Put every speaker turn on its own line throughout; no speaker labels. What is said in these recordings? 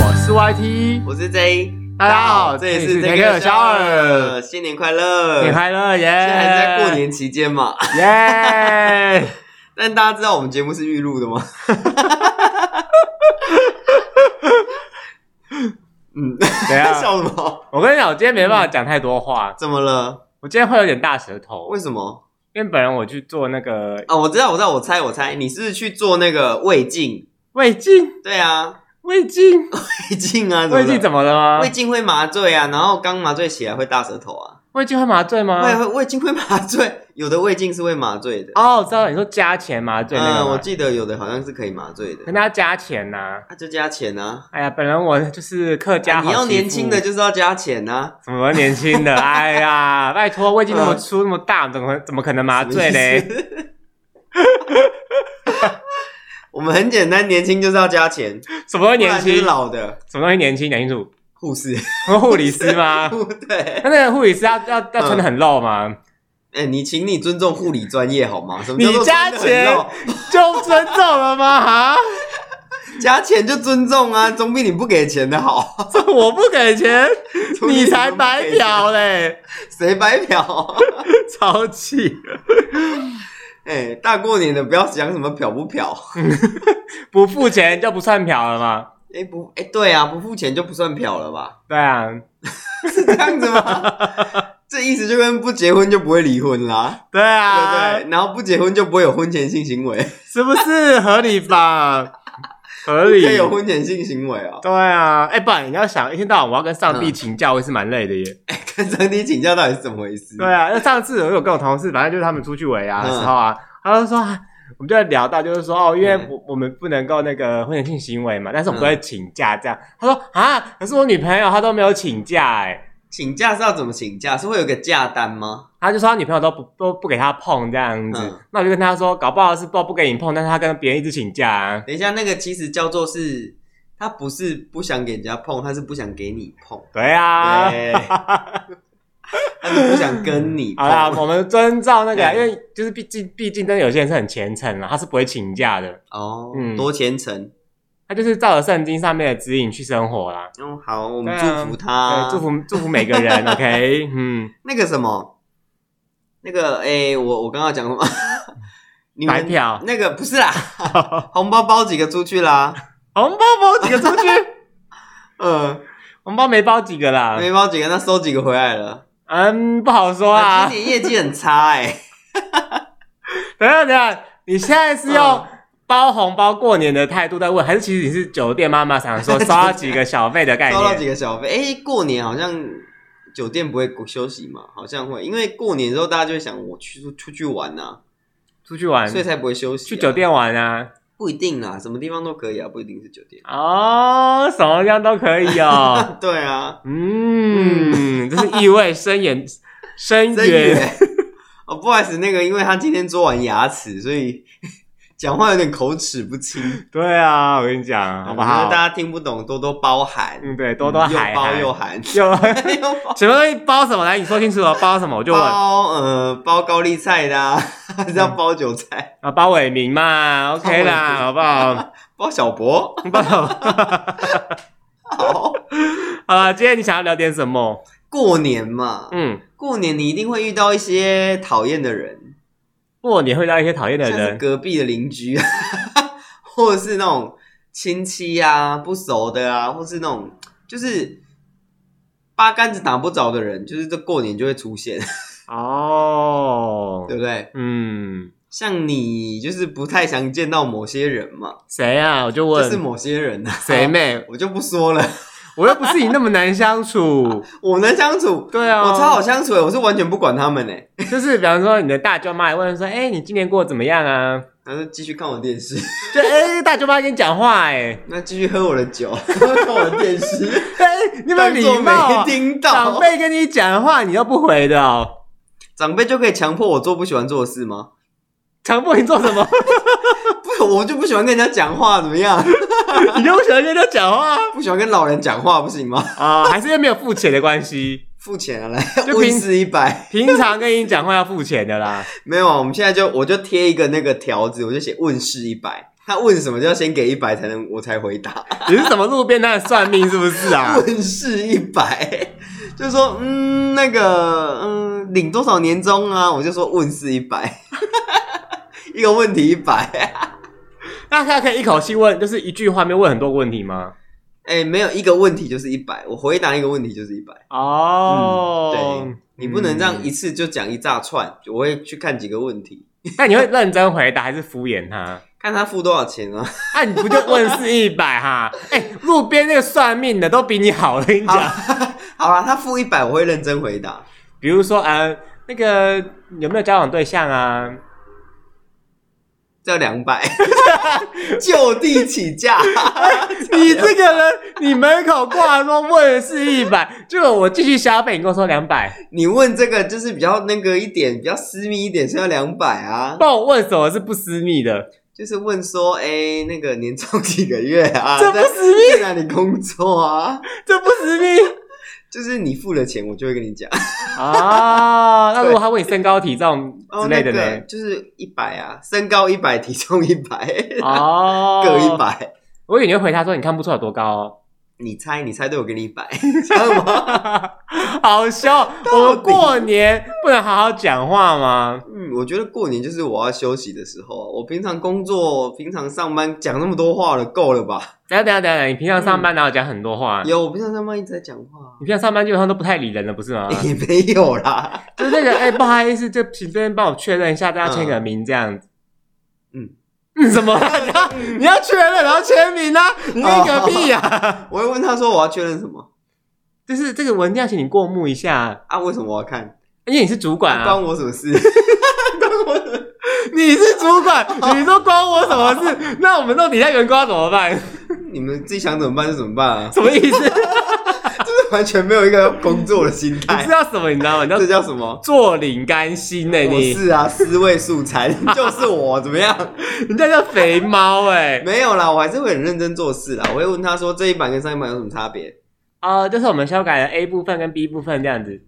YT，
我是 J，
大家好
这里
这里
是
是
Take
Take a
a
Shower
Shower，新年快乐！
你快乐耶！
呃现在还在过年期间嘛，
耶
但大家知道我们节目是预录的吗？嗯，
等一下
笑什么？
啊我跟你讲，我今天没办法讲太多话，
怎么了？
我今天会有点大舌头
为，什么
因为本人我去做那个
啊？我知道，我知道，我猜，我猜，你是不是去做那个胃镜？
胃镜，
对啊，
胃镜，
胃镜啊，
胃镜
么
怎么了
了？
吗
胃？镜会麻醉啊，然后刚麻醉起来会大舌头啊，
胃镜会麻醉吗？
会会胃镜会麻醉， 有的胃镜是会麻醉的。
哦，我知道了，你说加钱麻醉那
嗯，
个
我
吗？
记得有的好像是可以麻醉的
跟，大家加钱呐、
那就加钱啊！
哎呀，本人我就是客家
啊
好
你
媳妇、
要年轻的就是要加钱啊呐，
什么年轻 的？哎呀，拜托，胃镜那么粗那么大，怎么怎么可能麻醉啊 嘞？
什么意思。我们很简单，年轻就是要加钱，
什么东西
不
年
然就
轻
是？老的
什么东西年轻？讲清楚，
护士。
什么护理师吗？
对，
那那个护理师要要要
嗯
穿的很露吗？
哎，你请你尊重护理专业好吗？什么
你
叫做
加
真的很
钱
肉
就尊重了吗？ 哈，
加钱就尊重啊，总比你不给钱的好。
这我不给钱，
总比
你才
不给
白
钱，
嫖嘞，
谁白嫖？
超气！
哎，大过年的不要讲什么嫖不嫖。
不付钱就不算嫖了吗？
哎不，哎对啊，不付钱就不算嫖了吧？
对啊，
是这样子吗？ 这意思就跟不结婚就不会离婚啦，
对啊，
对不对？然后不结婚就不会有婚前性行为，
是不是合理 吧？合理。
可以有婚前性行为 啊、
对啊，哎、不然你要想，一天到晚我要跟上
嗯
帝请教，我也是蛮累的耶。
跟上帝请教到底是怎么回事？
对啊，那上次我有跟我同事，反正就是他们出去围啊的
嗯
时候啊，他就说，啊我们就在聊到，就是说哦，因为
嗯
我我们不能够那个婚前性行为嘛，但是我们都会请假这样。他说啊，可是我女朋友她都没有请假哎、
请假是要怎么请假？是会有个假单吗？
他就说他女朋友都不都不给他碰这样子，
嗯
那我就跟他说，搞不好是不不给你碰，但是他跟别人一直请假、啊。
等一下，那个其实叫做是，他不是不想给人家碰，他是不想给你碰，
对啊，
对，他是不想跟你
好啦，
碰。
我们遵照那个，啊
嗯
因为就是毕竟毕竟真的有些人是很虔诚啦，他是不会请假的，
哦，
嗯
多虔诚。
他就是照着圣经上面的指引去生活啦。
嗯，好，我们
对啊
祝福他，
对，祝福祝福每个 人，OK，嗯，
那个什么，那个诶，我我刚刚讲什么？ 你
白
们
嫖
那个不是啦，
红
红包包几个出去啦？
包包几个出去，
嗯，
红包没包几个啦，
没包几个，那收几个回来了？
嗯，不好说
哇，
啊。
哎今年业绩很差哎。
等一下等一下，你现在是用
嗯
包红包过年的态度在问，还是其实你是酒店妈妈想说收到几个小费的概
收到几
念？
个小费？哎、过年好像酒店不会休息嘛，好像会，因为过年之后大家就会想我去出去玩呐、
出去玩
所，以才不会休息、
嗯去酒店玩啊？
不一定啦，什么地方都可以啊，不一定是酒店。
哦，什么样都可以 哦。
对啊，
嗯，这是意味深远，深
真
远。
远 哦，不好意思，那个因为他今天做完牙齿，所以 讲话有点口齿不清，
对啊，我跟你讲，好不
嗯
好
就是？大家听不懂，多多包涵，
嗯，对，多多海
又包
涵
又 含，
有
又包
什么东西包什么来？你说清楚了，哦包什么我就问嗯
包呃包高丽菜的、啊，还是 要包韭菜，
啊，包伟明嘛，OK 啦，好不好？
包小博，
包什么？
好，
好了，今天你想要聊点什么？
过年嘛，
嗯，
过年你一定会遇到一些讨厌的人，
过年会遇到一些讨厌的
像是
人，
隔壁的邻居， 或者是那种亲戚啊，不熟的啊，或是那种就是八竿子打不着的人，就是这过年就会出现，
哦
对，不对？
嗯，
像你就是不太想见到某些人嘛，
谁啊？我就
就是
问
某些人啊，
谁妹，
我就不说了，
我又不是你那么难相处，
我能相处。
对啊，
我超好相处的，我是完全不管他们呢、欸
就是比方说你的大舅妈也问说，哎，你今年过得怎么样啊？
然后就继续看我电视，
就哎，大舅妈跟你讲话， 哎，
那继续喝我的 酒，看我的电 视，
哎，你有没有
当
礼
做
貌啊
没？听到。
长辈跟你讲话，你又不回的哦。
长辈就可以强迫我做不喜欢做的事吗？
强迫你做什么？
不，我就不喜欢跟人家讲话，怎么样？
你就不喜欢跟人家讲话
不喜欢跟老人讲话，不行吗？
啊、还是因为没有付钱的关系？
付钱啊，来
就
温
平
室一百，
平常跟你讲话要付钱的啦。
没有啊？我们现在就我就贴一个那个条子，我就写问世一百，他问什么就要先给一百才能我才回答，
你是什么路边摊的算命是不是啊？
问世一百， 就说嗯那个嗯领多少年终啊，我就说问世一百， 一个问题一百，
那他可以一口气问，就是一句话面问很多个问题吗？
哎没有一个问题就是一百，我回答一个问题就是一百。
哦、
对你不能这样一
嗯
次就讲一大串，我会去看几个问题，
那你会认真回答还是敷衍他？
看他付多少钱啊。
那、你不就问是一百哈？哎、路边那个算命的都比你好，我跟你
好
讲。
好啦，他付一百，我会认真回答。
比如说呃，那个有没有交往对象啊？
这两百， 就地起价。
你这个人，你门口挂说问的是一百，结果我继续消费，你跟我说两百，
你问这个就是比较那个一点，比较私密一点，是要两百啊。
帮我问什么是不私密的？
就是问说，哎、那个年终几个月啊？
这不
在
私密，
在哪里工作啊？
这不私密
就是你付了钱，我就会跟你讲。
啊！那如果他问你身高体重之类的
哦那
呢
个？就是一百啊，身高一百，体重一百，
哦，
各一。百。
我以为你会回他说你看不出来有多高哦。
你猜，你猜对，我给你一百，知道吗？
好凶！我们过年不能好好讲话吗？
嗯，我觉得过年就是我要休息的时候啊。我平常工作、平常上班讲那么多话了，够了吧？
等一下等一下等一下，你平常上班哪嗯有讲很多话？
有，我平常上班一直在讲话啊
你，平常上班基本上都不太理人了，不是 吗？
也没有啦。
就是那个，哎、不好意思，就请这边帮我确认一下，大家签个名这样子。
嗯
嗯，什么 啦？你要你要确认，然后签名啊？你那个屁呀、
我会问他说我要确认什么
就是这个文件，请你过目一下，
啊？为什么我要看？
因为你是主管啊
关，我什么事？
你是主管，你说关我什么事？那我们到底下员工要怎么办？
你们自己想怎么办就怎么办啊！
什么意思？
这完全没有一个工作的 心
你
态
知，道什么？你知道吗？你知道
这叫什么？
坐领干心呢、
哎我
你
是啊，思维素餐 就是我，怎么样？
你这叫肥猫哎、
没有啦，我还是会很认真做事啦。我会问他说这一版跟上一版有什么差别？
啊、就是我们修改了 A 部分跟 B 部分这样子，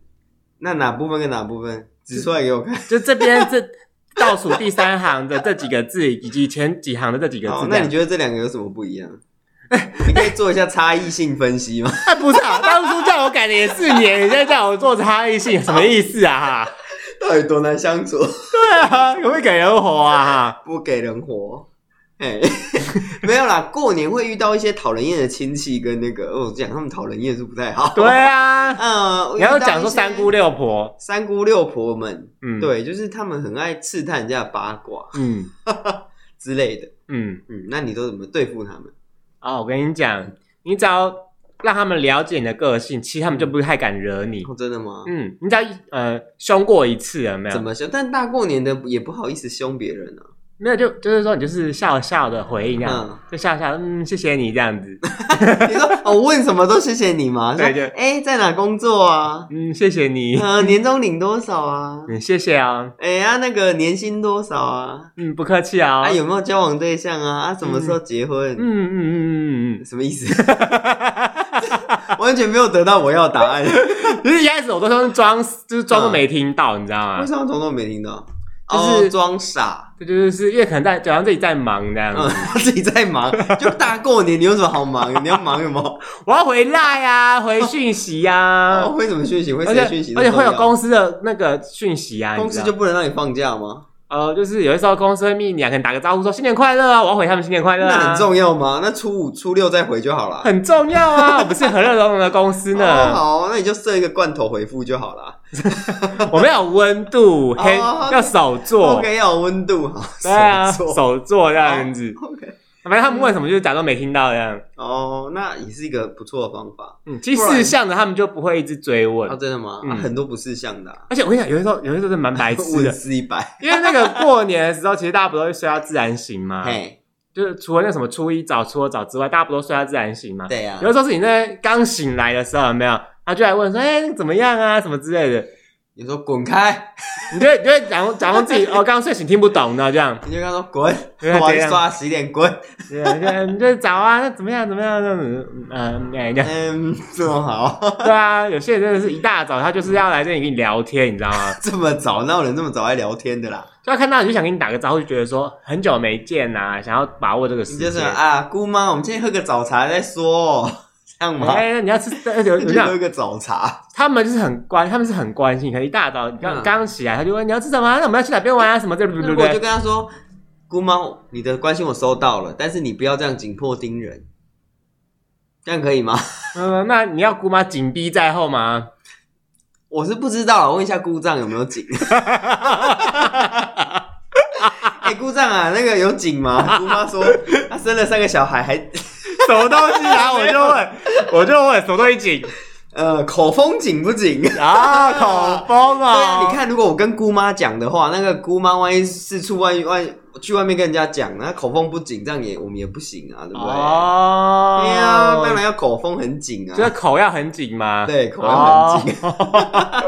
那哪部分跟哪部分指出来给我看？
就这边这 倒数第三行的这几个字，以及前几行的这几个字
好，
这
那
样
你觉得这两个有什么不一样？ 你可以做一下差异性分析 吗？
哎，不是、啊，当初叫我改的也是你，你现在叫我做差异性，什么意思啊？哈，
到底多难相处？
对啊，可不可以给人活 啊？
不给人活。哎， 没有啦，过年会遇到一些讨人厌的亲戚跟那个，哦，讲他们讨人厌是不太好。
对，啊，
嗯，
你要讲说三姑
六
六婆，
三姑六婆们，
嗯，，
对，就是他们很爱刺探人家的八卦
嗯
之类的。
嗯，
嗯，那你都怎么对付他们？
啊、我跟你讲，你只要让他们了解你的个性，其实他们就不太敢惹你。
哦，真的吗？
嗯，你只要一呃凶过一次了没有
怎？么凶？但大过年的也不好意思凶别人啊。
没有就就是说你就是笑笑的回应这样，
嗯，
就笑笑嗯谢谢你这样子，
你说 我、哦问什么都谢谢 你吗？
对
说
就
哎、在哪工作啊？
嗯谢谢你，
呃，年终领多少啊？
嗯谢谢啊，
哎呀、啊那个年薪多少啊？
嗯不客气啊，
啊，有没有交往对象啊？啊，什么时候结婚？
嗯嗯嗯嗯嗯
什么意思？ 完全没有得到我要的答 案，为
嗯，其实一开始我都是装就是装作没听到，你知道吗？
嗯什么彤彤没听到？
啊就是
哦装傻，
这就是因为可能在假装自己在忙这样
嗯
子，，
自己在忙，就大过年，你有什么好忙？你要忙什 么？
我要回来啊，回讯息啊，
哦，会什么讯息？会
而
谁讯息
且
那
而
么重
且
要？
会有公司的那个讯息啊，
公
你知
司
道
就不能让你放假吗？
呃就是有的时候公司会密你啊，可能打个招呼说新年快乐啊，我要回他们新年快乐啊，
那很重要吗？那初五、初六再回就好了。
很重要啊！我们是和乐融融的公司
哦
呢，
好，那你就设一个罐头回复就好了。
我们要有温度，黑
哦
要手做，
OK，要有温度，好，
对啊，
手做啊
手做这样子。
OK，
反正他们问什么就是假装没听到这样。
哦，那也是一个不错的方法。
嗯，其实
不然
事项的他们就不会一直追问
啊，，真的吗？啊
嗯
很多不是像的啊，
而且我跟你讲，有的时候有的时候是蛮白 痴
问
的，
是一百，
因为那个过年的时候，其实大家不都会睡到自然醒嘛，
嘿，
就是除了那什么初一早、初二早之外，大家不都睡到自然醒嘛。
对呀
啊有，的时候是你那刚醒来的时候，有没有？他就来问说：“哎、怎么样啊？什么之类的。”
你说滚开，
你就会你就会假装 假装自己哦，刚刚睡醒听不懂的这样，
你就跟他说滚，
对啊
我要
这
去
样
刷牙洗脸滚。
对啊，就你就早啊，那怎么样怎么样这样子，嗯，哎、这样
嗯，这么好，
对啊，有些人真的是一大早他就是要来这里跟你聊天，你知道吗？
这么早，哪有人这么早来聊天的啦？
就他看到你就想跟你打个招呼，就觉得说很久没见呐、想要把握这个时
你
间
就。说啊，姑妈，我们先喝个早茶再说、哦，这样吗？
哎、你要吃，而且我
就
讲
喝个早茶，
他们就是很关，他们是很关心。可能一大早你刚
嗯
刚起来，他就问你要吃什么，那我们要去哪边玩啊什么这对
那
不
我就
对？
跟他说，姑妈，你的关心我收到了，但是你不要这样紧迫盯人，这样可以吗？
嗯，那你要姑妈紧逼在后吗？
我是不知道，我问一下姑丈有没 有紧。哎、姑丈啊，那个有紧吗？姑妈说她生了三个小孩，还
什么东西啊？我就问，我就问，手都一紧
呃口风紧 不紧？
啊，口风
对啊，
啊、
你，看，如果我跟姑妈讲的话，那个姑妈万一四处万一万一去外面跟人家讲，那口风不紧，这样也我们也不行啊，对不对？
哦，
对啊，当然要口风很紧
就是
啊，
口要很紧嘛。
对，口风很紧。
哦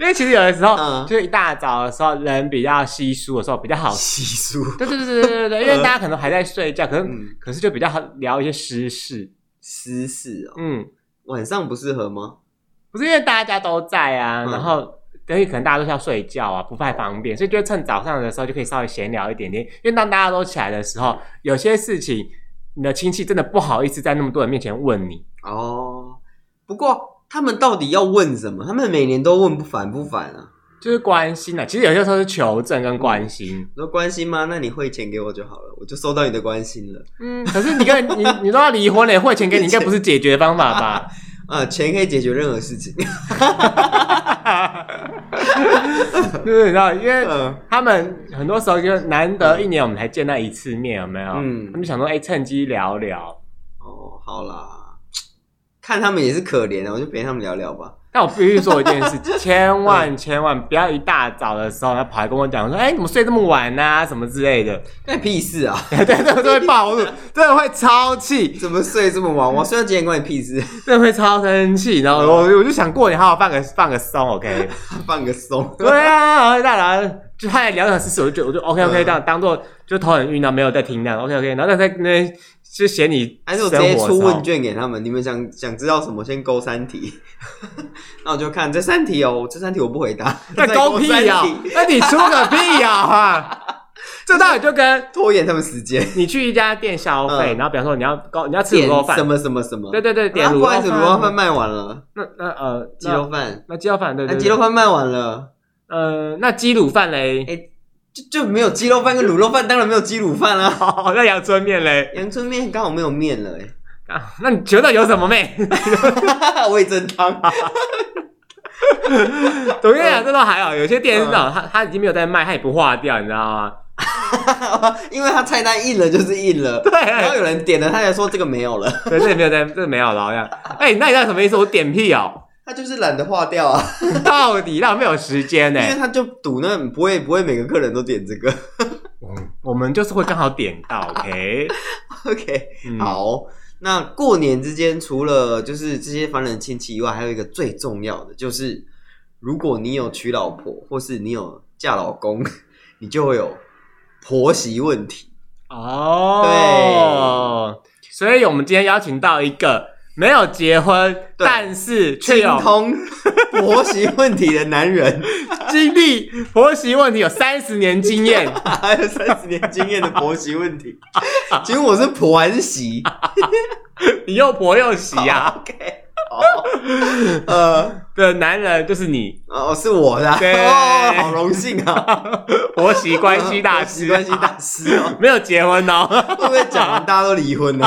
因为其实有的时候，
嗯
哦就是一大早的时候，人比较稀疏的时候比较好。呃
习俗
对对对对对对对，因为
嗯
大家可能还在睡觉，可能、
嗯
可是就比较好聊一些私事。
私事哦，
嗯，
晚上不适合吗？
不是因为大家都在啊，
嗯
然后等于可能大家都是要睡觉啊，不太方便，所以就趁早上的时候就可以稍微闲聊一点点。因为当大家都起来的时候，有些事情你的亲戚真的不好意思在那么多人面前问你。
哦，不过他们到底要问什么？他们每年都问不烦不烦啊？
就是关心啊，其实有些时候是求证跟关心，
我说关心吗？那你汇钱给我就好了，我就收到你的关心了。
嗯，可是你跟你你都要离婚了，汇钱给你应该不是解决方法 吧？嗯
啊，钱可以解决任何事 情。
就是你知道，因为
嗯
他们很多时候就是难得一年我们才见那一次面，有没有？
嗯
他们想说，哎、趁机聊聊。
哦，好啦，看他们也是可怜的，啊我就陪他们聊聊吧。
但我必须说一件事，千 万千万不要一大早的时候，他跑来跟我讲说，哎、你怎么睡这么晚啊，什么之类 的，
干你屁事 啊！
对对对，我就会暴怒，真的会超气，
怎么睡这么晚？我睡到几点关你屁事？
真的会超生气。然后我
嗯
我就想过年好好放个放个松，OK。
放个松。
对啊，然后大然就他也聊得很私事，我就觉得我就 OK OK
嗯
这样当做就头很晕，然后没有在听这样 OK OK，然后但在那边就嫌你
还是我直
生活
接出
骚
问卷给他们，你们想想知道什么，先勾三题。 那我就看这三题哦，这三题我不回答。
那狗屁啊呀、
再勾三题
那你出个屁呀、啊！ 这到底就跟
拖延他们时间。
你去一家店消费，
嗯
然后比方说你要高你要吃
点
卤肉
什
饭，
么什么什么？
对对对，点
啊
卤
不好意思，卤
肉
肉饭，卖完了，
那那呃
鸡肉饭，
那那鸡肉饭对
那
对，
鸡肉饭卖完了，
呃那鸡卤饭嘞，
哎就就没有鸡肉饭跟卤肉饭，当然没有鸡卤饭啦。
哦那阳春面嘞，
阳春面刚好没有面了，欸
啊那你觉得有什么 妹？
哎， 味噌汤。
我跟你啊
嗯
讲，这都还好，有些店是那种他他已经没有在卖，他也不化掉，你知道吗？
因为他菜单印了就是印了，对然后有人点了，他才说这个没有了，
对，这也没有在，这没有了，好像。哎、那你知道什么意思？我点屁哦、
他就是懒得化掉啊，
到底浪费我时间呢、
因为他就赌那不会不会每个客人都点这个。
嗯我们就是会刚好点到，OK？
OK，、
嗯，
好，那过年之间除了就是这些凡人亲戚以外，还有一个最重要的就是，如果你有娶老婆或是你有嫁老公， 你就会有婆媳问题。
哦，对，所以我们今天邀请到一个没有结婚，
对
但是却
精
有
通 婆媳问题的男人，
经历婆媳问题有三十年经 验，
还有三十年经验的婆媳问 题，请问我是婆还是媳？
你又婆又媳啊
OK，好，呃，
的男人就是你，
哦，是我的啊，
对
哦，好荣幸啊，
婆媳关系大师，
关系大师哦，
没有结婚哦。
会不会讲完大家都离婚了？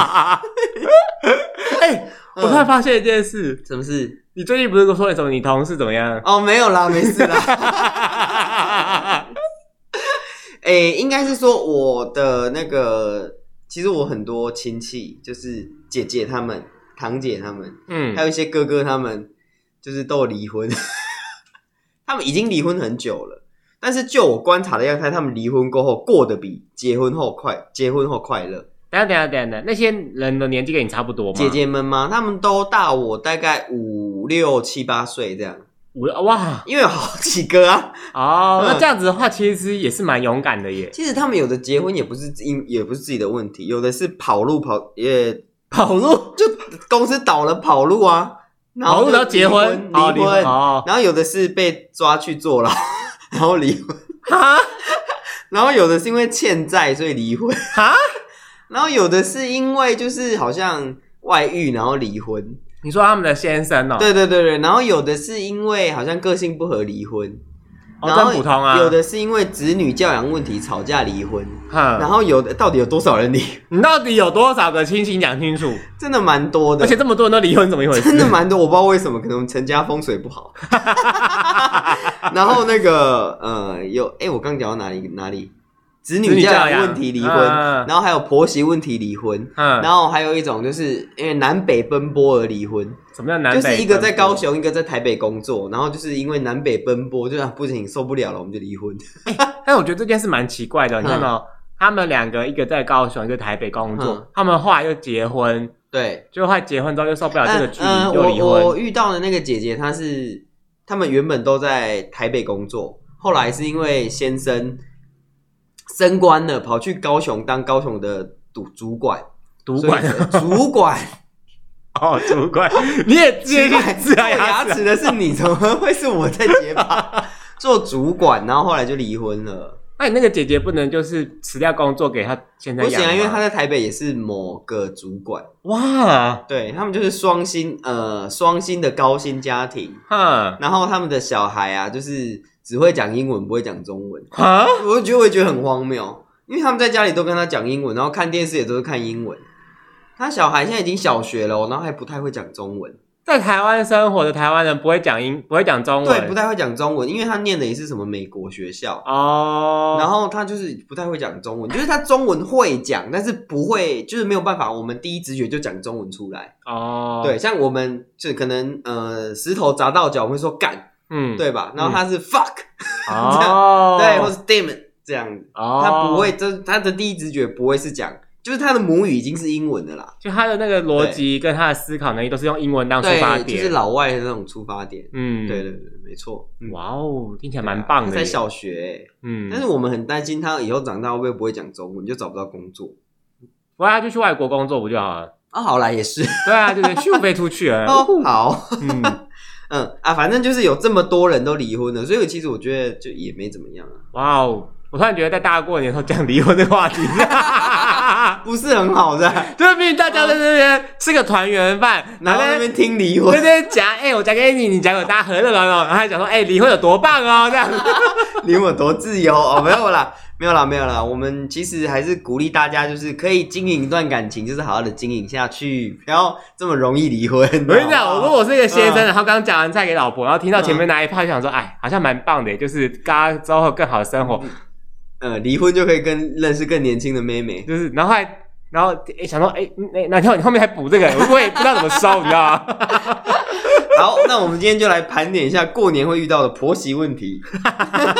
哎、我
嗯
突然发现一件事，
什么事？
你最近不是跟我说你什么你同事怎么 样？
哦，没有啦，没事啦。 诶、应该是说我的那个，其实我很多亲戚，就是姐姐他们、堂姐他们，
嗯
还有一些哥哥他们，就是都有离婚， 他们已经离婚很久了。但是就我观察的样态，他们离婚过后过得比结婚后快，结婚后快乐。
等一下等一下等一下等一下，那些人的年纪跟你差不多吗？
姐姐们吗？他们都大我大概五六七八岁这样。
五哇
因为有好几个啊。
哦，那
嗯
这样子的话，其实也是蛮勇敢的耶。
其实他们有的结婚也不是因也不是自己的问题，有的是跑路跑也
跑路，
就公司倒了跑路啊，然后
跑路然后
就
结
婚
婚，哦
离婚，
哦，
然后有的是被抓去坐牢， 然后离婚，
哈
然后有的是因为欠债所以离婚，
哈，
然后有的是因为就是好像外遇然后离婚，
你说他们的先生哦，
对对对对，然后有的是因为好像个性不合离婚，
哦，
然
真
后
普通啊。
有的是因为子女教养问题吵架离婚，然
哼，
后有的到底有多少人离？
你到底有多少个亲戚讲清楚？
真的蛮多的，
而且这么多人都离婚，怎么一回
真的
事？
蛮多，我不知道为什么，可能陈家风水 不好。然后那个呃，有哎、我刚讲到哪里哪里？子
子
女
女
教
教
养
养
问题离婚，
嗯
然后还有婆媳问题离婚，
嗯，
然后还有一种就是因为南北奔波而离婚，
什么叫南
就
北？
是一个在高，雄，一个在台北工作，然后就是因为南北奔波，就啊不行受不了了，我们就离婚。
但我觉得这件事蛮奇怪的。你看哦，他们两个一个在高雄，一个台北工
嗯
作，他们后来又结婚，
对，
就后来结婚之后又受不了啊这个距离，
嗯嗯
又离
我我
婚。
遇到的那个姐姐，她是他们原本都在台北工作，后来是因为先生升官了，跑去高雄当高雄的主主管，
主管
所以主管，
哦，主管，你也接
奇怪
自
做
然牙
牙
齿啊
齿的是你，怎么会是我在结巴？ 做主管，然后后来就离婚了。
哎那你那个姐姐不能就是辞掉工作给她现在
不行
养吗
啊，因为她在台北也是某个主管，
哇，
对他们就是双薪，呃，双薪的高薪家庭。
哼
然后他们的小孩啊，就是只会讲英文，不会讲中文。
哈，
我觉得我也觉得很荒谬，因为他们在家里都跟他讲英文，然后看电视也都是看英文。他小孩现在已经小学了哦，然后还不太会讲中文，
在台湾生活的台湾人不会讲英，不会讲中
对，不
文，
太会讲中文，因为他念的也是什么美国学校，
哦，
然后他就是不太会讲中文，就是他中文会讲，但是不会，就是没有办法，我们第一直觉就讲中文出来。
哦，
对，，像我们就可能呃石头砸到脚，我们会说干，
嗯，
对吧？然后他是 fuck，、
哦，
对，或是 damn 这样子。
哦，
他不会，这他的第一直觉不会是讲，就是他的母语已经是英文的啦。
就他的那个逻辑跟他的思考能力都是用英文当啊出发
对，就
点，
是老外的那种出发点。
嗯，
对对对，没错。嗯，
哇哦，听起来
对啊
蛮棒的
他
耶，
在小学、
嗯，
但是我们很担心他以后长大会不会不会讲中文，就找不到工作。
嗯不过他就去外国工作不就好了？
啊，好啦，也是
对啊，就是咻飞出去了，
哦，好，
嗯，
嗯啊，反正就是有这么多人都离婚了，所以其实我觉得就也没怎么样啊，
哇哦，我突然觉得在大过年的时候讲离婚的话题。
不是很好的，
就是明明大家在那边吃个团圆饭，
然后在那边听离
我
婚
嗯在，那边讲，哎、我讲给你，你讲给我，大家和乐融融，然后还讲说，哎、离婚有多棒哦，这 样。
你有多自由哦，没有啦，没有啦，没有啦。我们其实还是鼓励大家，就是可以经营一段感情，就是好好的经营下去，不要这么容易离婚。
我跟你讲，
好
我
不
如
好
果我是一个先生，然后刚讲完菜给老婆，然后听到前面那一趴，就想说，哎，好像蛮棒的，就是大家之后更好的生活，
呃离婚就可以跟认识更年轻的 妹妹。
就是，然后还。然后、哎想说，哎、那那天你后面还补这个，我也不知道怎么收，你知道吗？
好，那我们今天就来盘点一下过年会遇到的婆媳问题。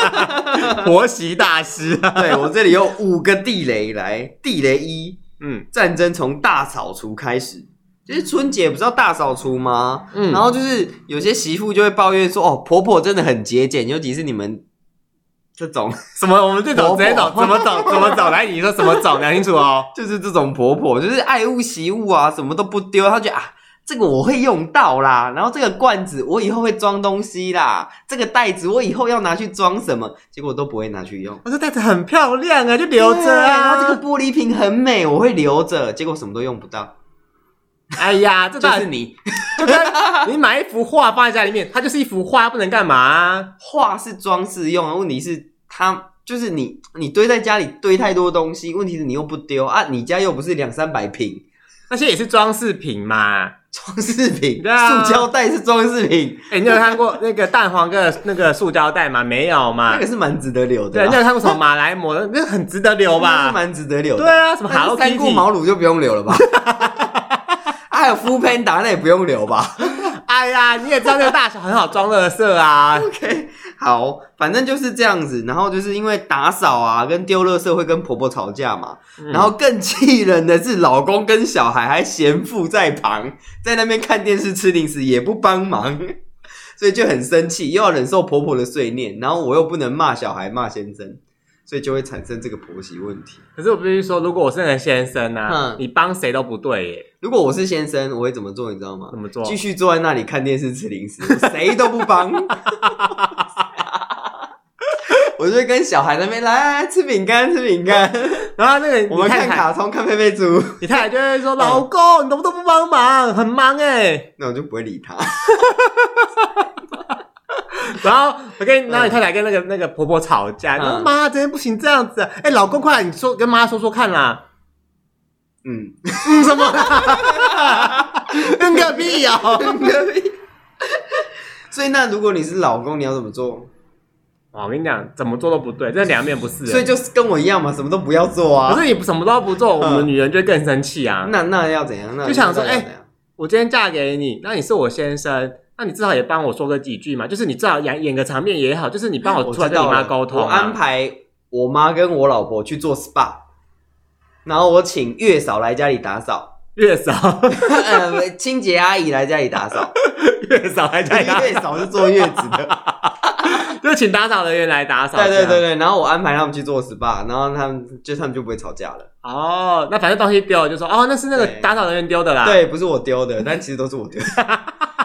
婆媳大师，啊
对我这里有五个地雷来，地雷一，
嗯
战争从大扫除开始。就是春节不是要大扫除吗？
嗯
然后就是有些媳妇就会抱怨说：“哦，婆婆真的很节俭，尤其是你们这种
什么？我们这
婆
种
婆
直接走，怎么走？怎么走？来，你说怎么走？讲清楚哦。
就是这种婆婆，就是爱物惜物啊，什么都不丢。她觉得啊，这个我会用到啦，然后这个罐子我以后会装东西啦，这个袋子我以后要拿去装什么，结果都不会拿去用。
我说袋子很漂亮啊，就留着
对然
啊。
后这个玻璃瓶很美，我会留着，结果什么都用不到。
哎呀，这
就
当
是
然
你
就跟你买一幅画放在家里面，它就是一幅画，不能干嘛啊、
画是装饰用啊，问题是它就是你你堆在家里堆太多东西，问题是你又不丢啊，你家又不是两三百瓶。
那些也是装饰品嘛。
装饰品，
对啊
塑胶袋是装饰品，
哎、你有看过那个蛋黄跟那个塑胶袋吗？没有嘛
那个？是蛮值得留的
对，
啦。
你有看过什么马来貘的？那很值得留
那是
吧？
蛮值得留的。
对啊，什么
那
Hello
三顾
Kitty
茅庐就不用留了吧？ 啊还有 f o o Panda 那也不用留吧
哎呀，你也知道那个大小很好装垃圾 啊。
？OK，好，反正就是这样子。然后就是因为打扫啊，跟丢垃圾会跟婆婆吵架嘛。
嗯
然后更气人的是，老公跟小孩还嫌妇在旁，在那边看电视吃零食也不帮忙。所以就很生气，又要忍受婆婆的碎念，然后我又不能骂小孩骂先生，所以就会产生这个婆媳问题。
可是我必须说，如果我是你的先生啊，
嗯
你帮谁都不对耶，
如果我是先生，我会怎么做？你知道吗
怎？么做？
继续坐在那里看电视吃零食，我谁都不 帮。我就会跟小孩那边来来吃饼干，吃 饼干。
然后那个
我们
你太
看嗯
太
卡通，看佩佩猪。
你太太就会说：“老公，你怎么都不帮忙，很忙哎。
那我就不会理他。”
然后我跟你，
嗯
然后你太太跟那个那个婆婆吵架，
嗯
说：“妈，真的不行这样子啊，哎，老公，快，你说跟妈说说看啦。
嗯，”
嗯， 什么啦？嗯个屁哦！
所以那如果你是老公，你要怎么做？
哇哦我跟你讲，怎么做都不对，这两面不是人。
所以就是跟我一样嘛，什么都不要做啊
可。是你什么都不做，我们女人就会更生气啊。
那那要怎样？那
就想说
那要
哎
怎样
我今天嫁给你，那你是我先生，那你至少也帮我说个几句嘛，就是你至少演演个场面也好，就是你帮我
我
出来
知
跟你
道
妈
了，
沟通、啊。
我安排我妈跟我老婆去做 SPA，然后我请月嫂来家里打扫，
月 嫂，
呃，清洁阿姨来家里 打扫，
月嫂还在家
月嫂是坐月子的，
就请打扫人员来 打扫。
对对对
对。
对，然后我安排他们去做 SPA，然后他们就他们就不会吵架了。
哦，那反正东西丢了就说哦，那是那个
对
打扫人员丢的啦。，
对，不是我丢的，但其实都是我丢的。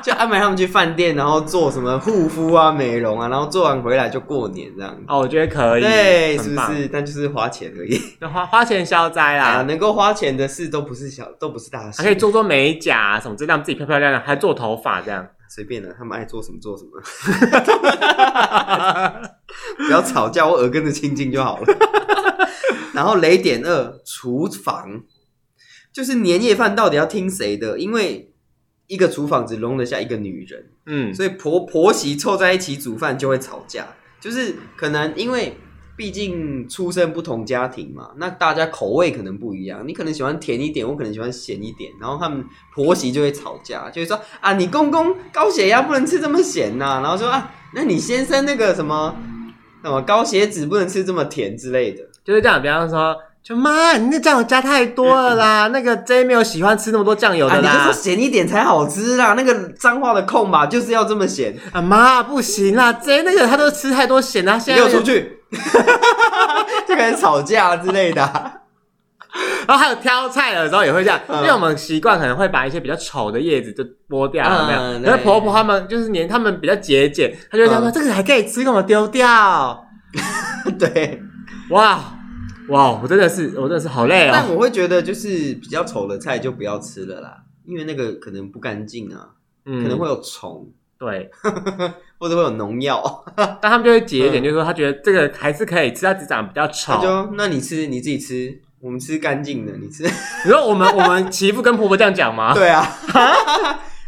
就安排他们去饭店，然后做什么护肤啊、美容啊，然后做完回来就过年这样子。
哦，我觉得可以，
对，是
很
不
棒？
是？但就是花钱而已
就花花钱消灾
啊，
啦，
能够花钱的事都不是小，都不是大事。
还可以做做美甲、啊、什么之类，让自己漂漂亮亮，还做头发这 样。
随便了，他们爱做什么做什么，不要吵架，我耳根子清净就好了。 然后雷点二，厨房，就是年夜饭到底要听谁的？因为一个厨房只容得下一个女人，
嗯，
所以婆婆媳凑在一起煮饭就会吵架，就是可能因为毕竟出身不同家庭嘛，那大家口味可能不一样，你可能喜欢甜一点，我可能喜欢咸一点，然后他们婆媳就会吵架，就会说啊，你公公高血压不能吃这么咸呐、然后说啊，那你先生那个什么什么高血脂不能吃这么甜之类的，
就是这样。比方说，就妈，你那酱油加太多了啦，那个 J 没有喜欢吃那么多酱油
嗯啊，
的
你就
啦
说。咸一点才好吃啦，那个脏话的空吧就是要这么咸，
啊妈，不行啦，J 那个他都吃太多咸啦，
你
现
给
在
我
那个、
出去， 就开始吵架之类的啊、
然后还有挑菜的时候也会这样，
嗯
因为我们习惯可能会把一些比较丑的叶子就剥掉，有没有？
嗯
可是
对
婆婆他们就是连他们比较节俭，她就会这样说：“
嗯
这个还可以吃，干嘛丢掉？”
对，啊
哇哇，我真的是我真的是好累
但
哦。
我会觉得就是比较丑的菜就不要吃了啦，因为那个可能不干净啊，
嗯
可能会有虫，
对，
或者会有农药。
但他们就会节俭，
嗯
就是说他觉得这个还是可以吃，它只长得比较丑
他。就那你吃你自己吃，我们吃干净的，你吃。
你说我们 我们媳妇跟婆婆这样讲吗？
对啊，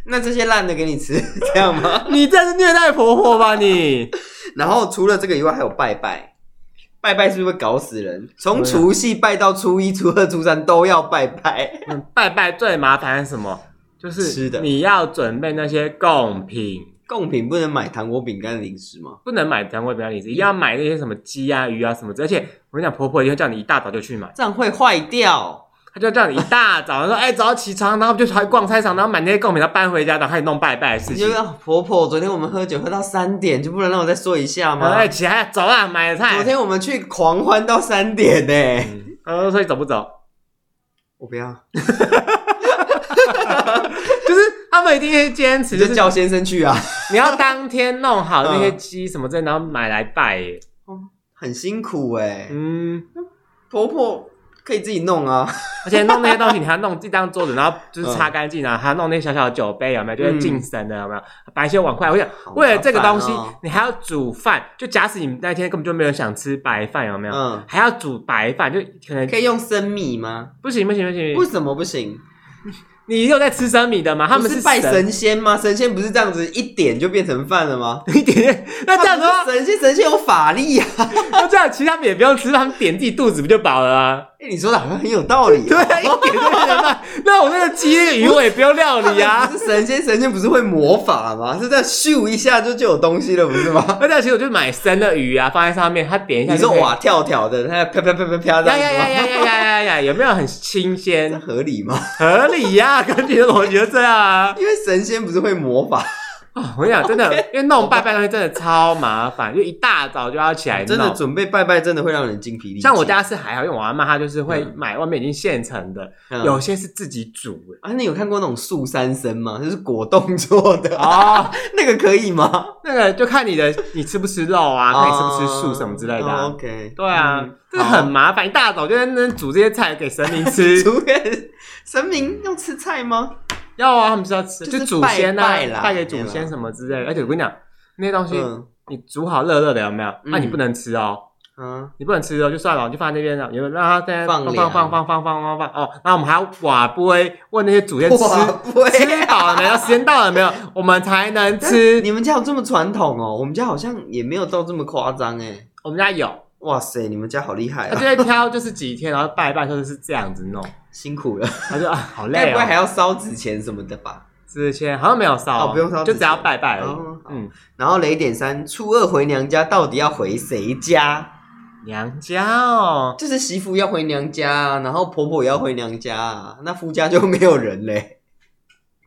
那这些烂的给你吃， 这样吗？
你这是虐待婆婆吧你？
然后除了这个以外，还有拜拜。拜拜是不是会搞死人？从
对啊
除夕拜到初一、初二、初三都要拜拜。
嗯拜拜最麻烦是什么？就是
吃的
你要准备那些贡品。
贡品不能买糖果、饼干、零食吗？
不能买单位比较零食，一定要买那些什么鸡啊、鱼啊什么之类。而且我跟你讲，婆婆也会叫你一大早就去买，
这样会坏掉。
她就叫你一大早， 说：“哎、早上起床，然后就去逛菜场，然后买那些贡品，然后搬回家，然后开始弄拜拜的事
你
情
就。要婆婆，昨天我们喝酒喝到三点，就不能让我再说一下”
然后
吗？
哎，起来走啊，买菜。
昨天我们去狂欢到三点呢、
嗯，然后说你走不走？
我不要，
就是他们一定会坚持，
你
就
就是叫先生去啊，
你要当天弄好那些
嗯
鸡什么之类，然后买来拜耶。
很辛苦哎、
嗯，
婆婆可以自己弄啊，
而且弄那些东西，你还要弄一张桌子，然后就是擦干净啊，还要弄那些小小的酒杯，有没有？就是敬神的，有没有？摆一些碗筷。我想， 为了这个东西
好麻烦哦，
你还要煮饭。就假使你那天根本就没有想吃白饭，有没有？
嗯，
还要煮白饭，就可能
可以用生米吗？
不行不行不行。
为什么不行？
你有在吃生米的吗？他们
不是拜
神，
神仙吗？神仙不是这样子一点就变成饭了吗？
一点 点。那这样的话
他，们神仙神仙有法力啊！
那这样其实他们也不用吃，他们点自己肚子不就饱了啊？
哎、你说的好像很有道理、
对，啊，一点就变成饭。那我那个鸡那个鱼我也不用料理
他
啊
们。不是神仙神仙不是会魔法吗？是这样咻一下就就有东西了，不是吗？
那这样其实我就买生的鱼啊，放在上面，它点一下
你
就
说
可以。
哇跳跳的，他啪啪啪啪啪这
呀
样
呀
子
呀呀呀
吗？
呀呀呀！有没有很新
这
鲜？
合理吗？
合理呀、根据的逻辑就这样啊。
因为神仙不是会魔法，
啊，我跟你讲，真 的，因为弄拜拜东西真的超麻烦，就一大早就要起来弄。
哦真的准备拜拜，真的会让人精疲力尽。
哎像我家是还好，因为我阿妈她就是会
嗯
买外面已经现成的，
嗯
有些是自己煮的。
啊，你有看过那种素三生吗？就是果冻做 的，
哦，
那个可以吗？
那个就看你 的，你吃不吃肉啊，看你吃不吃素什么之类的啊、
哦 OK，
对啊
嗯，
这、很麻烦，一大早就在那边煮这些菜给神明 吃。
主演神明要吃菜吗？
要啊，他们是要吃，
就是
就祖先啊，
拜拜啦
拜给祖先什么之类的。而且我跟你讲，那些东西、
嗯
你煮好热热的有没有？
嗯
那、你不能吃哦，
啊，
你不能吃哦，就算了，你就放在那边了，你就让它在那
放
放放
凉
放放放放放放哦。那我们还要瓦杯问那些祖先吃
哇不会
吃饱了没有，时间到了没有，我们才能吃。
你们家有这么传统哦？我们家好像也没有到这么夸张哎。
我们家有，
哇塞，你们家好厉害
他就
啊！
会挑就是几天，然后拜一拜，就是这样子弄。
辛苦了，
他就啊，好
该
累
哎不会还
哦。
要烧纸钱什么的吧？
之前好像没有烧、啊
哦不用烧
就
纸
只要
钱
拜拜而已。
哦好
嗯，
然后雷点三，初二回娘家到底要回谁家？
娘家哦，
就是媳妇要回娘家啊，然后婆婆也要回娘家啊，那夫家就没有人嘞，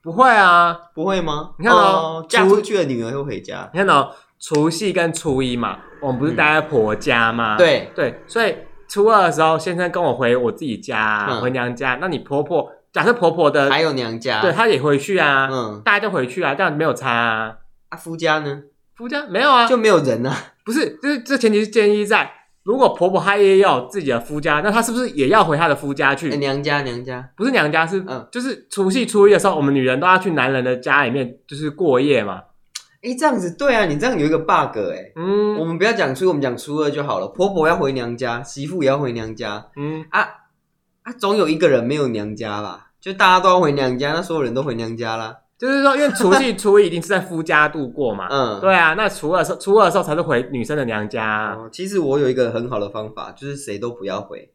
不会啊，
不会吗？
你看哦
哦，嫁出去的女儿会回家，
你看哦，除夕跟初一嘛，我们不是待在婆家吗？
对，
对，所以初二的时候，先生跟我回我自己家啊、
嗯
回娘家。那你婆婆，假设婆婆的，
还有娘家，
对，她也回去啊，
嗯，
大家都回去啊，这样没有差啊。
啊夫家呢
夫家没有啊，
就没有人啊，
不是，就是这前提是建议在，如果婆婆她也有自己的夫家，那她是不是也要回她的夫家去？
哎娘家娘家，
不是娘家，是、
嗯
就是除夕初一的时候，我们女人都要去男人的家里面，就是过夜嘛。
哎这样子对啊，你这样有一个 bug 哎、我
嗯
们不要讲初一，我们讲初二就好了。婆婆要回娘家，媳妇也要回娘家
嗯，
啊，总有一个人没有娘家吧？就大家都要回娘家，那所有人都回娘家啦。
就是说，因为除夕初一一定是在夫家度过嘛。
嗯，
对啊，那初二的时候，初二的时候才是回女生的娘家啊、
哦，其实我有一个很好的方法，就是谁都不要回，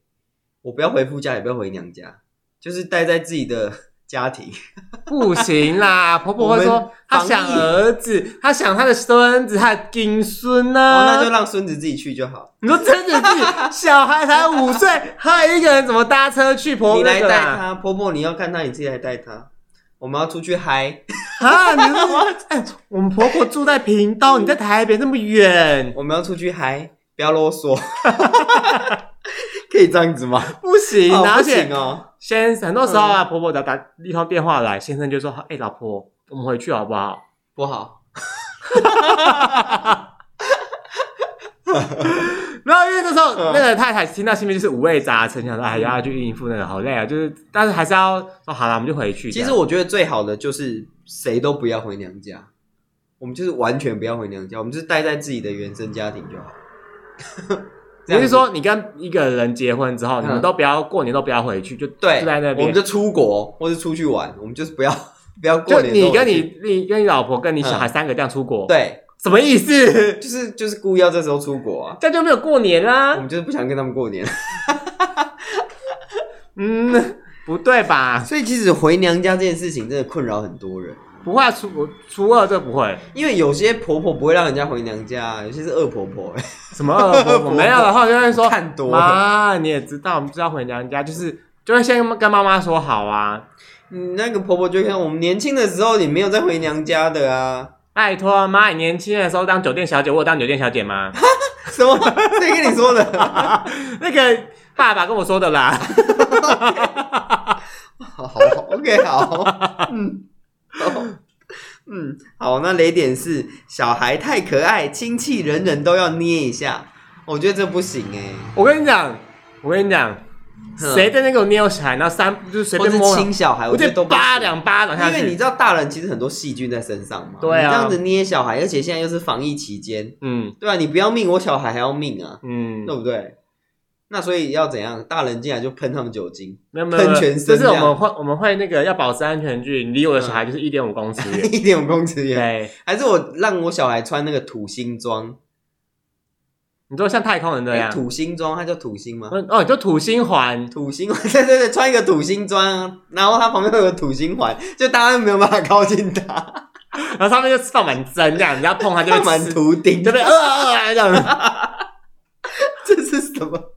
我不要回夫家，也不要回娘家，就是待在自己的 家庭。
不行啦，婆婆会
我们
说她
防疫
想儿子，她想她的孙子，她的金孙呢、啊
哦，那就让孙子自己去就好，
你说真的是小孩才五岁，她一个人怎么搭车去婆
你
婆
来
那个啊
带
啦？
他。婆婆你要看他，你自己来带他。我们要出去嗨，
啊，你 说哎，我们婆婆住在屏东，你在台北那么远，
我们要出去嗨，不要啰嗦。 可以这样子吗？
不行。
哦嗯
而
不
且
行哦，
先很多时候啊，婆婆打打一通电话来，先生就说：“哎，老婆，我们回去好不好？”
不好。
没有，因为那时候、
嗯
那个太太听到前面就是五味杂陈，想说哎呀要去应付那个好累啊，就是但是还是要说好了，我们就回去。
其实我觉得最好的就是谁都不要回娘家，我们就是完全不要回娘家，我们就是待在自己的原生家庭就好。
这样你是说你跟一个人结婚之后，
嗯
你们都不要过年都不要回去，就
对，
就在那
我们
边。
就出国或是出去玩，我们就是不要 不要
就
过年都回去。嗯
你跟你你跟你老婆跟你小孩三个这样出国，，
对，
什么意思？
就是就是故意要这时候出国啊，
这样就没有过年
我
啦。
们就是不想跟他们过年。
嗯，不对吧？
所以其实回娘家这件事情真的困扰很多人，
不会啊初初二这不会，
因为有些婆婆不会让人家回娘家，有些是恶婆 婆、
什么二婆
不
婆
会
没有的话就会说
看多了。
妈，你也知道，我们知道回娘家就是就会先跟妈妈说好啊，
你嗯那个婆婆就看我们年轻的时候也没有再回娘家的啊。
拜托，妈，你年轻的时候当酒店小姐，我有当酒店小姐吗？
什么？谁跟你说的？
那个爸爸跟我说的啦。
好好，OK，好，嗯，好嗯，好。那雷点是小孩太可爱，亲戚人人都要捏一下。我觉得这不行哎、
我跟你讲，我跟你讲，
嗯
谁在那给我捏我小孩，然后三就是随
或
便
是
摸，
亲小孩，
我
觉
就
得都不行
巴。两巴掌下
因为你
去
知。道大人其实很多细菌在身上嘛，
对啊
你这样子捏小孩，而且现在又是防疫期间，
嗯
对啊，你不要命，我小孩还要命啊，
嗯，
对不对？那所以要怎样？大人进来就喷他们酒精，
没有没有，
喷
没
全
有
身
就是我
这样
们会我们会那个要保持安全距离，离我的小孩就是一点五公尺远。
一点五公尺远，
对，
还是我让我小孩穿那个土星装，
你说像太空人那
哎，
样，
土星装，它叫土星吗？
嗯哦，你就土星环，
土星， 对对对，穿一个土星装啊，然后它旁边有个土星环，就大家都没有办法靠 近它，
然后上面就放满针这样，你要碰 它就
它
会
满
吃，
图钉
呃对不，对？呃呃呃这样。
这是什么？
就是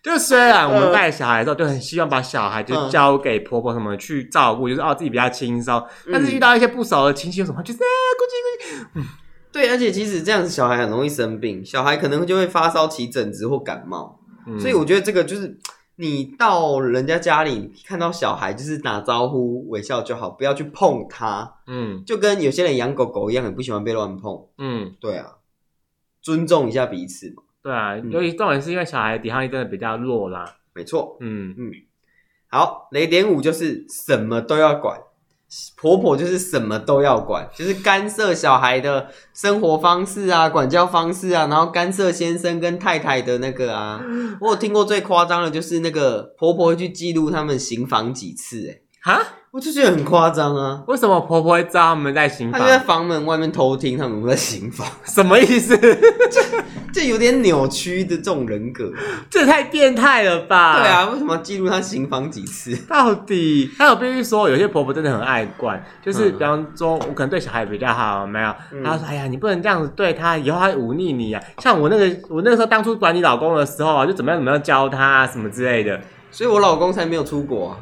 就虽然我们带小孩的时候就很希望把小孩就交给婆婆什么去照顾，就是哦自己比较轻松，但
嗯
是遇到一些不熟的亲戚有什么，就是啊咕叽咕叽，
对，而且其实这样子小孩很容易生病，小孩可能就会发烧、起疹子或感冒，
嗯
所以我觉得这个就是你到人家家里看到小孩，就是打招呼、微笑就好，不要去碰他，
嗯
就跟有些人养狗狗一样，很不喜欢被乱碰。
嗯，
对啊，尊重一下彼此嘛，
对啊，
嗯
尤其重点是因为小孩的抵抗力真的比较弱啦，
没错。
嗯
好，雷点五就是什么都要管，婆婆就是什么都要管，就是干涉小孩的生活方式啊、管教方式啊，然后干涉先生跟太太的那个啊。我有听过最夸张的就是那个婆婆会去记录他们行房几次、欸，
哈，
我就觉得很夸张啊。
为什么婆婆会知道他们在刑
她就在
房？
房门外面偷听他们有没有在行房，
什么意思？
这有点扭曲的这种人格。
这也太变态了吧？
对，啊，为什么要记录她行房几次？
到底还有必须说，有些婆婆真的很爱惯，就是
嗯
比方说，我可能对小孩比较好，有没有，
嗯
她说：“哎呀，你不能这样子对她，以后她会忤逆你啊。”像我那个，我那个时候当初管你老公的时候啊，就怎么样怎么样教他啊，什么之类 的
所以我老公才没有出国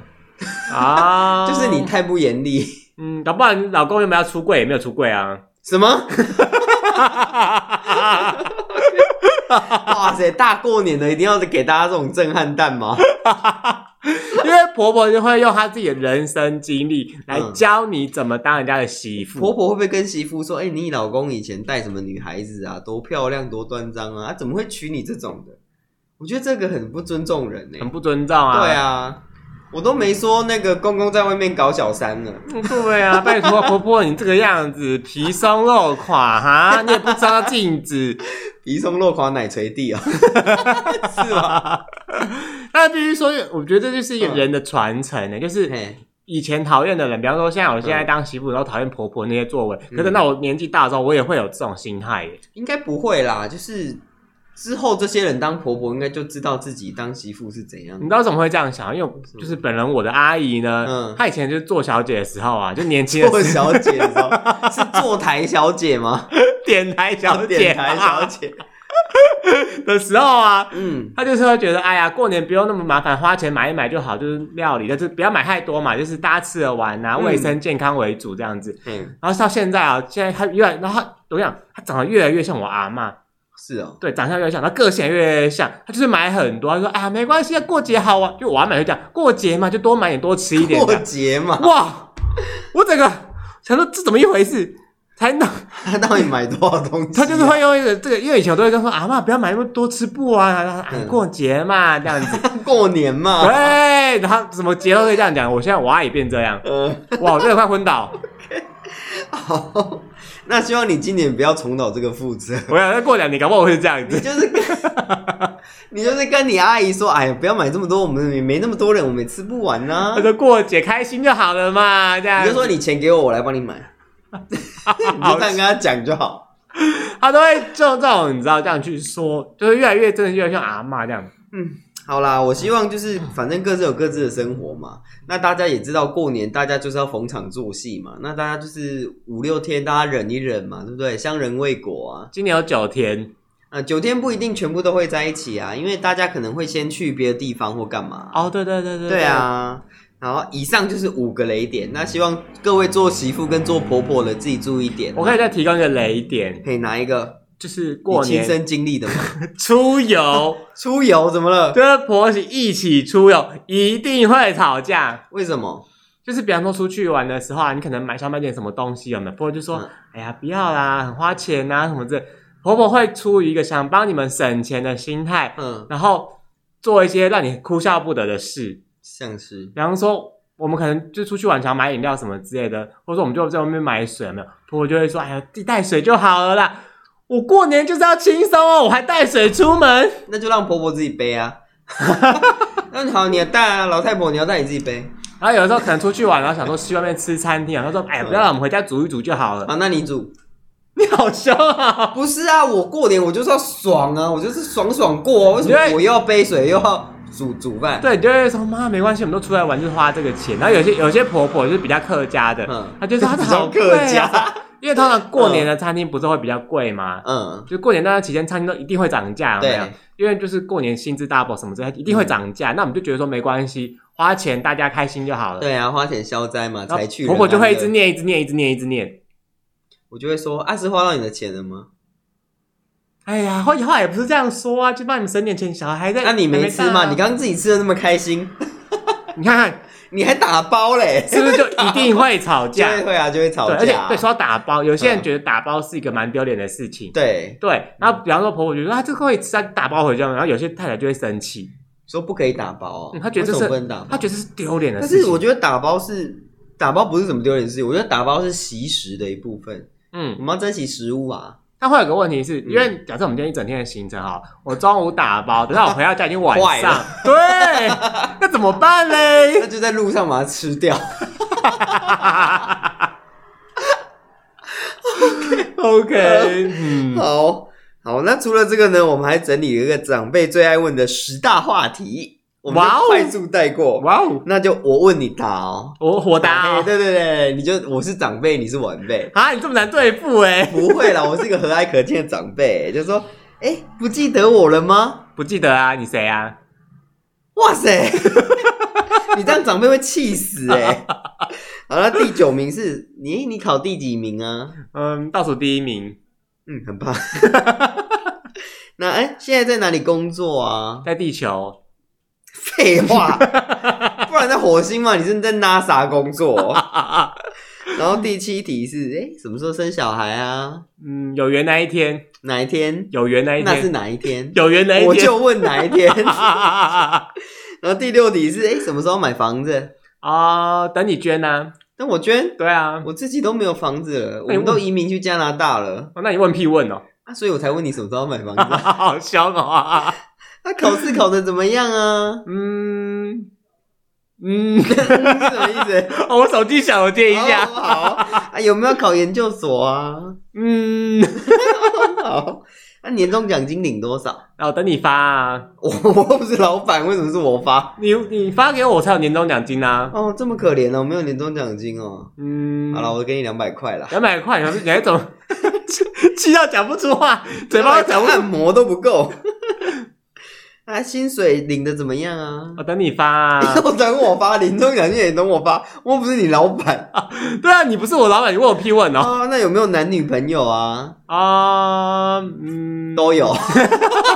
啊、
啊。
就是你，太不严厉。
嗯，搞不好你老公有没有出柜，也没有出柜啊。
什么？哇塞，大过年的一定要给大家这种震撼弹吗？
因为婆婆就会用她自己的人生经历来教你怎么当人家的媳妇。
嗯婆婆会不会跟媳妇说：“哎、你老公以前带什么女孩子啊，多漂亮，多端庄啊，啊怎么会娶你这种的？”我觉得这个很不尊重人呢、
很不尊重啊！
对，啊，我都没说那个公公在外面搞小三呢。
对啊！拜托婆婆，你这个样子皮松肉垮哈，你也不照镜子，
鼻松落垮奶垂 地啊，是吧？
那必须说，我觉得这就是一个人的传承呢，就是
嗯嘿
以前讨厌的人，比方说像我现在
嗯
当媳妇，然后讨厌婆婆那些作为，可
嗯
等到我年纪大之后，我也会有这种心态欸耶。
应该不会啦，就是之后这些人当婆婆，应该就知道自己当媳妇是怎样
你。 知道为什么会这样想？因为就是本人我的阿姨呢
嗯，
她以前就是做小姐的时候啊，就年轻的时候
做小姐，你知道吗是坐台小姐吗？
点台小 姐、啊
点台小啊姐。
的时候啊，
嗯，
他就是会觉得，哎呀，过年不用那么麻烦，花钱买一买就好，就是料理，但是不要买太多嘛，就是大家吃着玩啊，
嗯
卫生健康为主这样子。
嗯，
然后到现在啊，现在他越来，然后他我想他长得越来越像我阿嬷，
是哦，
对，长相越来越像，他个性也越来越像，他就是买很多，他说，哎呀，没关系啊，过节好啊，就我阿嬷就讲，过节嘛，就多买点，多吃一点这
过
样。
节嘛，
哇，我整个想说这怎么一回事？才能
她到底买多少东西啊？
他就是会用一个这个，因为以前我都会跟他说阿妈不要买那么多吃布啊，然后哎
嗯
过节嘛这样子，
过年嘛，
哎对，然后什么节都会这样讲。我现在我阿姨变这样，
呃，
哇，我真的快昏倒。
好， 那希望你今年不要重蹈这个覆辙。
我想再过两年，搞不好我会这样
你
子。
就是 跟你就是跟你阿姨说，哎呀，不要买这么多，我们也没那么多人，我们也吃不完 呐、
他说过节开心就好了嘛，这样
你就说你钱给我，我来帮你 买，你就这样跟他讲就好。
他都会就这种你知道这样去说，就是越来越真的越来越像阿妈这样。
嗯，好啦，我希望就是
嗯
反正各自有各自的生活嘛。那大家也知道，过年大家就是要逢场作戏嘛。那大家就是五六天，大家忍一忍嘛，对不对？相忍未果啊。
今年有九天，
啊、九天不一定全部都会在一起啊，因为大家可能会先去别的地方或干嘛。
哦，对对对对
对，啊。然后以上就是五个雷点，那希望各位做媳妇跟做婆婆的自己注意点。
我可以再提供一个雷点，
可以拿一个
就是过
你亲
年
身经历的吗？
出 游。
出游怎么了？
跟婆媳一起出游一定会吵架。
为什么？
就是比方说出去玩的时候啊，你可能买想买点什么东西，有没有？婆婆就说：“
嗯
哎呀，不要啦，很花钱呐、啊，什么这。”婆婆会出于一个想帮你们省钱的心态，
嗯，
然后做一些让你哭笑不得的事，
像是
比方说我们可能就出去玩，想要买饮料什么之类的，或者说我们就在外面买水，有没有？婆婆就会说：“哎呀，自己带水就好了啦。”我过年就是要轻松哦，我还带水出门。
那就让婆婆自己背啊。 那好，你要带啊，老太婆你要带你自己背。
然后有的时候可能出去玩，然后想说去外面吃餐厅啊，他说：“哎，不要了，我们回家煮一煮就好了。
好，那你煮。
你好凶啊！
不是啊，我过年我就是要爽啊，我就是爽爽过、啊。为什么
对
我又要背水又要煮煮饭？
对，你就会说妈没关系，我们都出来玩，就是花这个钱。然后有些有些婆婆就是比较客家的，
嗯
她就说她
比较
好
客
贵啊
家，
因为通常过年的餐厅不是会比较贵吗？
嗯，
就是过年那段期间，餐厅都一定会涨价，有没有
对？嗯
因为就是过年薪资 double 什么之类，一定会涨价。那我们就觉得说没关系，花钱大家开心就好了。
对啊，花钱消灾嘛，
然后
才去。
婆婆就会一直，念，一直念，一直念，一直念。
我就会说，啊，是花到你的钱了吗？
哎呀，后话也不是这样说啊，就帮你们省点钱，小孩还在。
那你没吃
还大
嘛？
啊
你刚刚自己吃的那么开心，
你看看
你还打包嘞？
是不是就一定会 吵
就
架？
会会啊，就会吵
对，而且
架啊。
对说到打包，有些人
嗯
觉得打包是一个蛮丢脸的事情。
对，
对，然后比方说婆婆就说啊，这个会吃，她打包回家嘛。然后有些太太就会生气，
说不可以打包哦
嗯，她觉得这
为
是
什么不能打包
她觉得这是丢脸的
但
事情。
是我觉得打包是打包不是什么丢脸的事情，我觉得打包是习食的一部分，我
嗯，
们要珍惜食物啊。
但会有个问题
嗯
是，因为假设我们今天一整天的行程哈，我中午打包，等到我回到家已经晚
坏
上
了，
对，那怎么办
那
嘞？
就在路上把它吃掉。
OK，嗯，
好好，那除了这个呢，我们还整理了一个长辈最爱问的十大话题，我们
哇哦
就快速带过。
哇哦，
那就我问你答哦，
我火大
嘿
哦，
对对对，你就我是长辈，你是晚辈
啊！你这么难对付哎，
不会啦，我是一个和蔼可亲的长辈，就说，哎、不记得我了吗？
不记得啊？你谁啊？
哇塞， 你这样长辈会气死哎、好了，第九名是你，你考第几名啊？
嗯，倒数第一名，
嗯，很棒。 那哎、现在在哪里工作啊？
在地球。
废话，不然在火星嘛？你是在 NASA 工作？然后第七题是，哎、什么时候生小孩啊？
嗯，有缘那一天，
哪一天？
有缘那一
那是
天，
哪一天？
有缘那一天，
我就问哪一天。
啊
然后第六题是，哎、什么时候买房子？
等你捐呐、啊，
但我捐，
对啊，
我自己都没有房子了，我
哎
们都
我
移民去加拿大了。
哦那你问屁问 哦，
啊，所以我才问你什么时候买房 子。
好凶哦、啊，
那、考试考的怎么样啊？
嗯嗯，
嗯什么意思？
哦我手机响，我接一下，
哦好啊，有没有考研究所啊？
嗯，
好，那、年终奖金领多少？
然后哦等你发啊，
我我又不是老板，为什么是我发？
你你发给我，我才有年终奖金啊，
哦，这么可怜哦，没有年终奖金哦。
嗯，
好了，我给你两百块啦。
两百块，你还你还怎么气气到讲不出话，嘴巴都讲不出，
按摩都不够。啊，薪水领的怎么样啊？
我等你发啊，
都等 我发，年终奖金也等我发，我又不是你老板
对啊，你不是我老板，你问我屁问哦，
啊。那有没有男女朋友啊？
啊，嗯，
都有。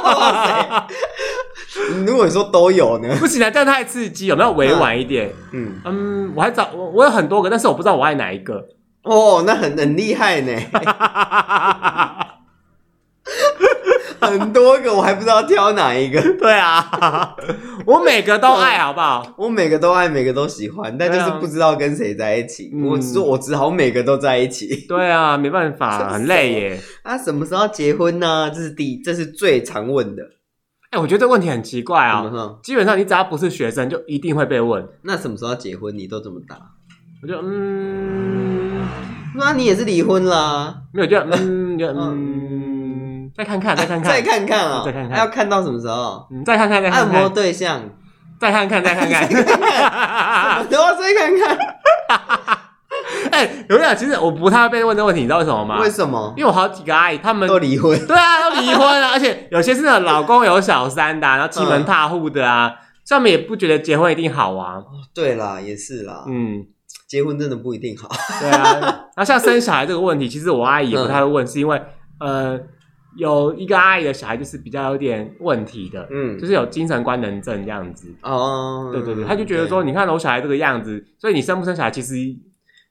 哇塞如果你说都有呢？
不行啊，这样太刺激，有没有委婉一点？
嗯，
嗯，我还找我我有很多个，但是我不知道我爱哪一个。
哦，那很很厉害呢。很多个，我还不知道挑哪一个。
对啊， 我每个都爱，好不好？
我每个都爱，每个都喜欢，但就是
对啊
不知道跟谁在一起。
嗯
我只我只好每个都在一起。
对啊，没办法，很累 耶。
啊，什么时候结婚呢、这是第，这是最常问的。
哎、我觉得这个问题很奇怪
什
啊、
么时候？
基本上你只要不是学生，就一定会被问。
那什么时候结婚？你都怎么答？
我就嗯，
那你也是离婚啦，
没有就嗯就嗯，再看看， 再看看，
再看看啊、
再看看
还要看到什么时候？
嗯，再看看，再
按
看
摩
看，
对象，
再看 看，再看 看。
都要啊再看看。
哎、刘亮，其实我不太会被问这个问题，你知道为什么吗？
为什么？
因为我好几个阿姨，她们
都离婚。
对啊，都离婚了，而且有些是那种老公有小三的啊、然后欺门踏户的啊，所以他们也不觉得结婚一定好啊。
对啦，也是啦，
嗯，
结婚真的不一定好。
对啊。然后像生小孩这个问题，其实我阿姨也不太会问，是因为呃，有一个阿姨的小孩就是比较有点问题的，
嗯
就，是有精神官能症这样子。
哦，
对对对，他就觉得说，你看我小孩这个样子，所以你生不生小孩其实也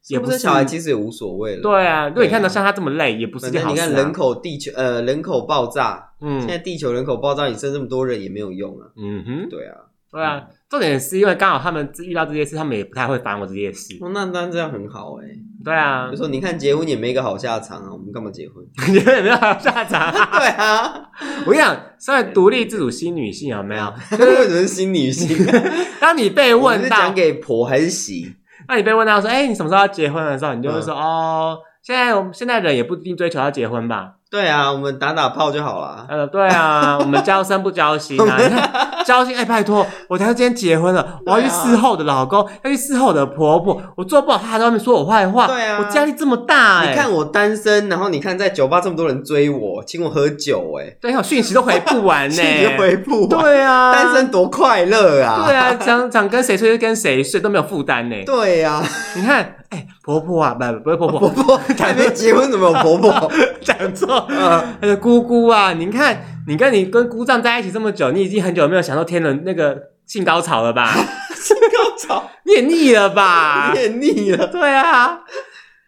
也
不
不
是
是小孩，其实也无所谓了。
对啊，如果
对
你
啊
看到像他这么累，也不是
反
件
正
好
你
事、啊。
看人口地球呃人口爆炸，现在
嗯
地球人口爆炸，你生这么多人也没有用啊。
嗯哼，
对啊，
对啊，重点是因为刚好他们遇到这些事，他们也不太会烦我这些事。
哦，那那这样很好哎、
对啊
就，说你看结婚也没个好下场啊，我们干嘛结婚？
有没有下场？
对啊，
我跟你讲，身为独立自主新女性，有没 有？
为什么是新 女性、啊？
当你被
嗯我们
问
是
到
讲，给婆还是媳？
当你被问啊
嗯
到说，哎、你什么时候要结婚的时候，你就会说，哦，现在我们现在人也不一定追求要结婚吧？
对啊，我们打打炮就好了。
呃，对 啊，我们交生不交心啊，你看交心哎，拜托，我才今天结婚了，
啊
我要去伺候我的老公，要去伺候我的婆婆，我做不好，她还在外面说我坏话，
对啊
我压力这么大、哎，
你看我单身，然后你看在酒吧这么多人追我，请我喝酒、欸，
对，还有讯息都回不完
哎，
呢、
请你回复我。
对啊，
单身多快乐啊！
对啊，想想跟谁睡就跟谁睡，都没有负担呢。哎
对呀、啊，
你看，哎、婆婆啊，不不是婆婆，
婆婆还没结婚怎么有婆 婆？
讲错，
呃，
那个姑姑啊，你看，你跟你跟姑丈在一起这么久，你已经很久没有享受天伦那个性高潮了 吧？
高潮
你也腻了吧？
也腻了。
对啊，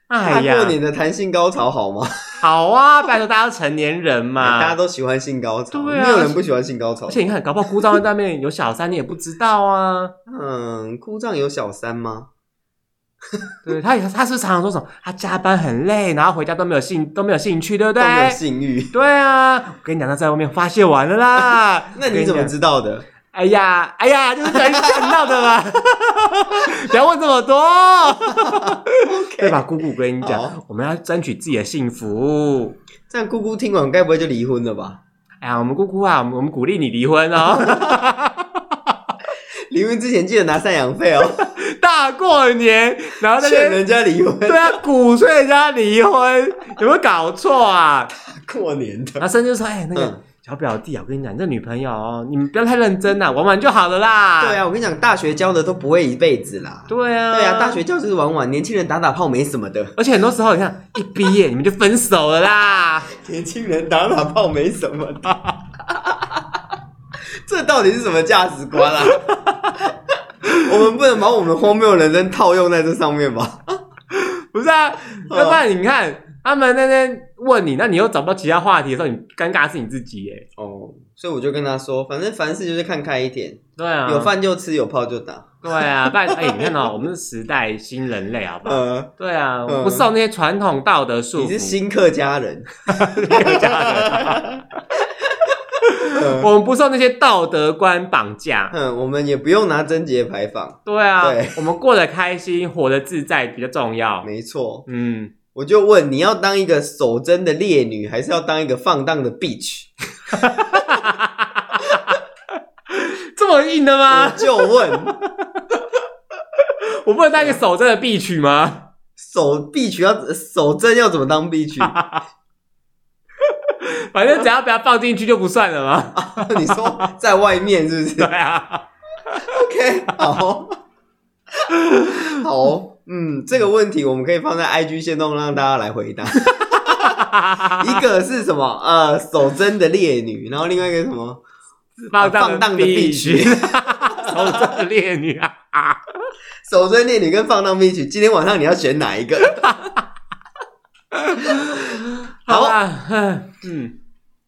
哎
那
呀
过，年的谈性高潮好吗？
好啊，拜托大家都成年人嘛，
哎大家都喜欢性高潮，
对啊
没有人不喜欢性高潮
而。且你看，搞不好姑丈在外面有小三，你也不知道啊。
嗯，姑丈有小三吗？
对他也，他是不是常常说什么，他加班很累，然后回家都没有兴都没有兴趣，对不
都
对？
没有性欲，。
对啊，我跟你讲，他在外面发泄完了啦
那你怎么知道的？
哎呀，哎呀，就是等看到的嘛， 不要问这么多，对吧？姑姑，我跟你
好
讲，我们要争取自己的幸福。
这样姑姑听完该不会就离婚了吧？
哎呀，我们姑姑啊，我们我们鼓励你离婚哦，
离婚之前记得拿赡养 费 哦，
大过年，然后那
劝
边
人家离婚。
对啊，鼓吹人家离婚，有没有搞错 啊？
过年的
然后甚至说，哎，那个
嗯
小表弟啊，我跟你讲，你这女朋友哦，你们不要太认真啦，玩玩就好了啦。
对，啊，我跟你讲，大学教的都不会一辈子啦。
对啊，
对啊，大学教就是玩玩，年轻人打打炮没什么的。
而且很多时候，你看一毕业你们就分手了啦。
年轻人打打炮没什么的， 这到底是什么价值观啊？ 我们不能把我们的荒谬人生套用在这上面吧？
不是啊，要不然你看他们那天问你，那你又找不到其他话题的时候，你尴尬的是你自己耶。
哦，所以我就跟他说，反正凡事就是看开一点，
对啊，
有饭就吃，有炮就打。
对啊，不然哎、你看哦，我们是时代新人类，好不好？
呃，
对啊，
嗯
我不受那些传统道德束
你是
缚。
新客家人，
客家人
呃
我们不受那些道德观绑架。
嗯，我们也不用拿贞节牌坊，
对啊，
对
我们过得开心，活得自在比较重要。
没错。
嗯，
我就问你要当一个守贞的烈女，还是要当一个放荡的 bitch？
这么硬的
我
吗？
就问。
我不能当一个守贞的必曲吗？
手臂曲要手针要怎么当臂曲？
反正只要不要放进去就不算了嘛。
你说在外面是不是
对啊。
？OK，好，好，嗯，这个问题我们可以放在 IG 线动让大家来回答。一个是什么？呃，手针的烈女，然后另外一个是什么？
放
荡的
荡
必
必
须
须， 手中烈女啊！啊
手针烈女跟放荡臂曲，今天晚上你要选哪一个？好
好吧，嗯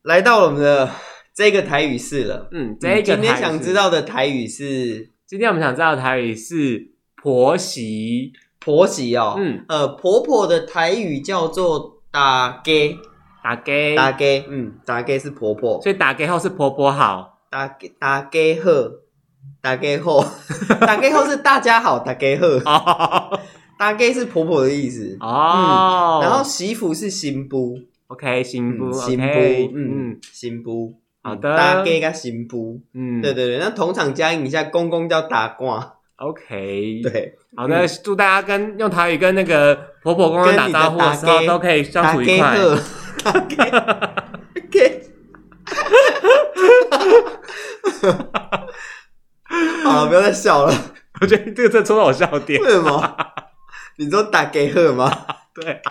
来到了我们的这个台语室了。
嗯，这一个
今天
台语
想
是
知，道的台语是
今天我们想知道的台语是婆媳，
婆媳哦，
嗯，
呃，婆婆的台语叫做打给
打给，
打给，嗯，打给是婆婆，
所以打给后是婆婆好，
打给打给呵，打给后，打给后是 大家好，打给呵，
哦
打给是婆婆的意思。
哦，
嗯然后媳妇是新妇，
OK 新妇
嗯，新妇，
，OK，
嗯
嗯，
新妇。
好的
打给跟新妇，
嗯，
对对对，那同场加印一下，公公叫打挂，
，OK，
对，嗯
好的，祝大家跟用台语跟那个婆婆公公打招呼的时
跟
候
你的打给
都可以相
打
处
给
愉快，
呵，打给，给，好了，不要再笑了。
我觉得这个真的戳到我笑点
为，什么？你说打给贺吗？
对啊，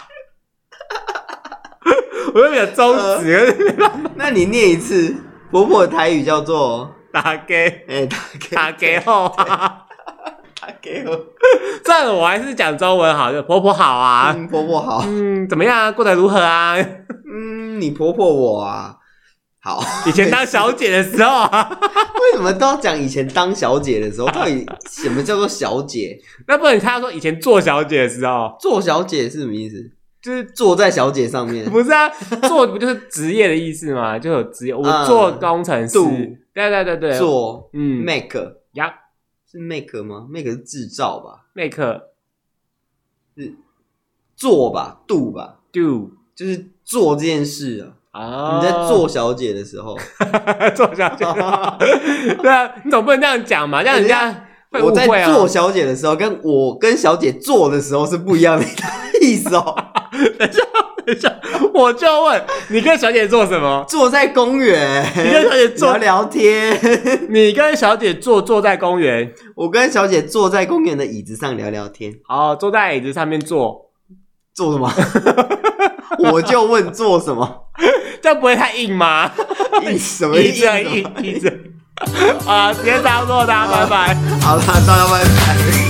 我又没有中指，
那你念一次，婆婆的台语叫做
打给
哎、打给
打给后啊，
打给贺，
算了，我还是讲中文好，就婆婆好啊，
嗯，婆婆好，
嗯，怎么样啊，过得如何 啊？
嗯，你婆婆我啊，好。
以前当小姐的时候啊，
为什么都要讲以前当小姐的时候？到底什么叫做小姐？
那不然他说以前做小姐的时候，
做小姐是什么意思？
就是。
坐在小姐上面，
不是啊，做不就是职业的意思吗？就有职业，我
嗯
做工程师
度，
对对对对，
做
嗯
make
呀
是 make 吗？make 是制造吧？
，make
做吧，度吧，
do
就是做这件事啊。
啊
你在做小姐的 时候，
哦做小姐， 对啊，你总不能这样讲嘛，让人家会误
我在
会啊。
做小姐的时候，跟我跟小姐做的时候是不一样的 意思哦。
等一下 我就要问你跟小姐做什 么？
坐在公园，
你跟小姐
聊
做，
聊天。
你跟小姐坐坐在公园，
我跟小姐坐在公园的椅子上聊聊天，
哦，坐在椅子上面坐，
做什么？ 我就问做什么？
这样不会太硬吗？
椅什么
椅
意
子
思？
很硬，椅子。啊，时间差不多，大家拜拜。
好啦，大家拜拜。